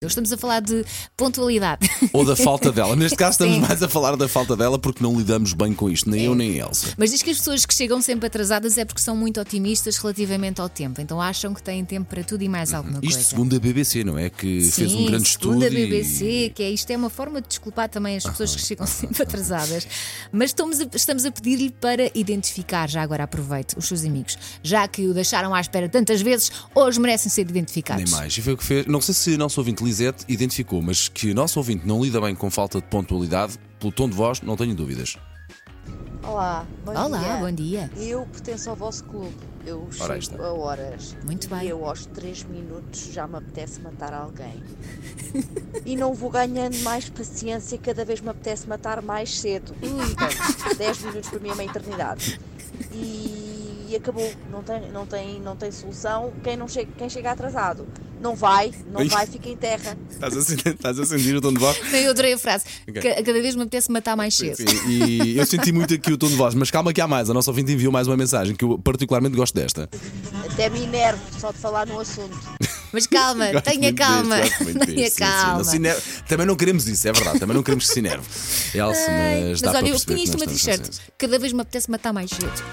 Nós estamos a falar de pontualidade. Ou da falta dela. Neste caso, estamos Sim. É mais a falar da falta dela porque não lidamos bem com isto, nem eu nem a Elsa. Mas diz que as pessoas que chegam sempre atrasadas é porque são muito otimistas relativamente ao tempo, então acham que têm tempo para tudo e mais alguma Uhum. Isto coisa. segundo a BBC, não é? Que fez um Sim, grande estudo. segundo a e- BBC, que é isto é uma forma de desculpar também as pessoas que chegam sempre atrasadas. Mas estamos a, estamos a pedir-lhe para identificar, já agora aproveite, os seus amigos, já que o deixaram à espera tantas vezes, hoje merecem ser identificados. Nem mais. E foi o que fez. Não sei se o nosso ouvinte Lisete identificou, mas que o nosso ouvinte não lida bem com falta de pontualidade, pelo tom de voz, não tenho dúvidas. Olá, bom Olá, dia. bom dia. Eu pertenço ao vosso clube. Eu Ora, chego aí está. a horas. Muito e bem. Eu aos 3 minutos já me apetece matar alguém. e não vou ganhando mais paciência, cada vez me apetece matar mais cedo. Portanto, 10 minutos para mim é uma eternidade. E, acabou. Não tem, não tem, não tem solução. Quem, não chega, quem chega atrasado não vai, não Ai. vai, fica em terra. Estás a sentir, estás a sentir o tom de voz? Não, Eu adorei a frase. Ok. Ca- Cada vez me apetece matar mais cedo. Sim, e eu senti muito aqui o tom de voz, mas calma que há mais. A nossa ouvinte enviou mais uma mensagem que eu particularmente gosto desta. Até me enervo só de falar no assunto. Mas calma, Gosto tenha muito calma. deste, gosto muito tenha deste, sim, sim. calma. Não se enerve. Também não queremos isso, é verdade. Também não queremos que se enerve. Elsa, Mas mas, eh, dá para olha, eu perceber tinha que isto nós uma estamos t-shirt. ansiosos. Cada vez me apetece matar mais cedo.